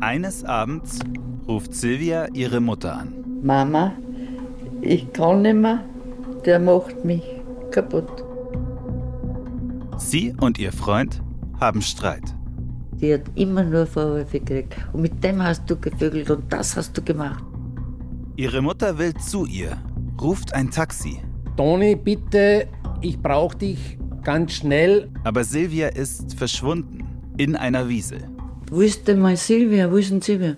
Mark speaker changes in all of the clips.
Speaker 1: Eines Abends ruft Silvia ihre Mutter an.
Speaker 2: Mama, ich kann nicht mehr, der macht mich kaputt.
Speaker 1: Sie und ihr Freund haben Streit.
Speaker 2: Die hat immer nur Vorwürfe gekriegt. Und mit dem hast du gevögelt und das hast du gemacht.
Speaker 1: Ihre Mutter will zu ihr, ruft ein Taxi.
Speaker 3: Toni, bitte, ich brauche dich ganz schnell.
Speaker 1: Aber Silvia ist verschwunden in einer Wiese.
Speaker 2: Wo ist denn mal Silvia? Wo ist denn Silvia?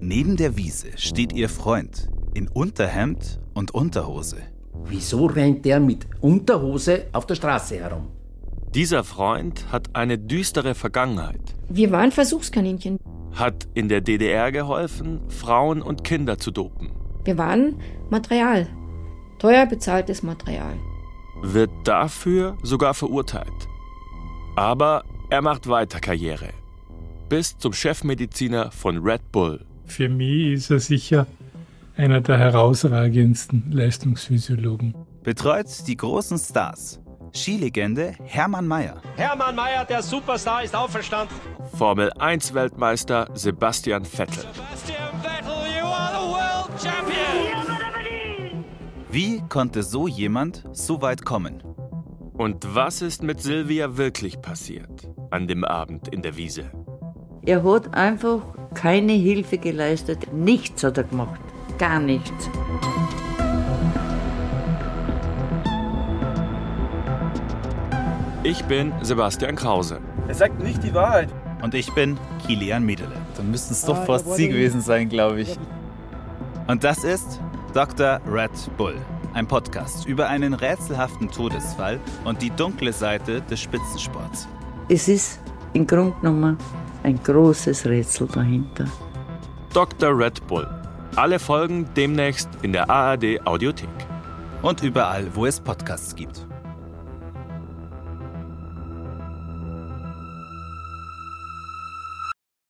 Speaker 1: Neben der Wiese steht ihr Freund in Unterhemd und Unterhose.
Speaker 3: Wieso rennt der mit Unterhose auf der Straße herum?
Speaker 4: Dieser Freund hat eine düstere Vergangenheit,
Speaker 5: Wir waren Versuchskaninchen.
Speaker 4: hat in der DDR geholfen, Frauen und Kinder zu dopen,
Speaker 5: Wir waren Material. Teuer bezahltes Material.
Speaker 4: wird dafür sogar verurteilt. Aber er macht weiter Karriere. Bis zum Chefmediziner von Red Bull.
Speaker 6: Für mich ist er sicher einer der herausragendsten Leistungsphysiologen.
Speaker 1: Betreut die großen Stars. Skilegende Hermann Mayer,
Speaker 7: Hermann Mayer, der Superstar, ist auferstanden.
Speaker 4: Formel 1 Weltmeister Sebastian Vettel.
Speaker 7: Sebastian Vettel, you are the world champion.
Speaker 1: Wie konnte so jemand so weit kommen?
Speaker 4: Und was ist mit Silvia wirklich passiert an dem Abend in der Wiese?
Speaker 2: Er hat einfach keine Hilfe geleistet. Nichts hat er gemacht. Gar nichts.
Speaker 4: Ich bin Sebastian Krause.
Speaker 8: Er sagt nicht die Wahrheit.
Speaker 1: Und ich bin Kilian Miedele.
Speaker 9: Dann müssten es doch fast Sie gewesen sein, glaube ich.
Speaker 1: Und das ist Dr. Red Bull, ein Podcast über einen rätselhaften Todesfall und die dunkle Seite des Spitzensports.
Speaker 2: Es ist im Grunde genommen ein großes Rätsel dahinter.
Speaker 4: Dr. Red Bull. Alle Folgen demnächst in der ARD Audiothek.
Speaker 1: Und überall, wo es Podcasts gibt.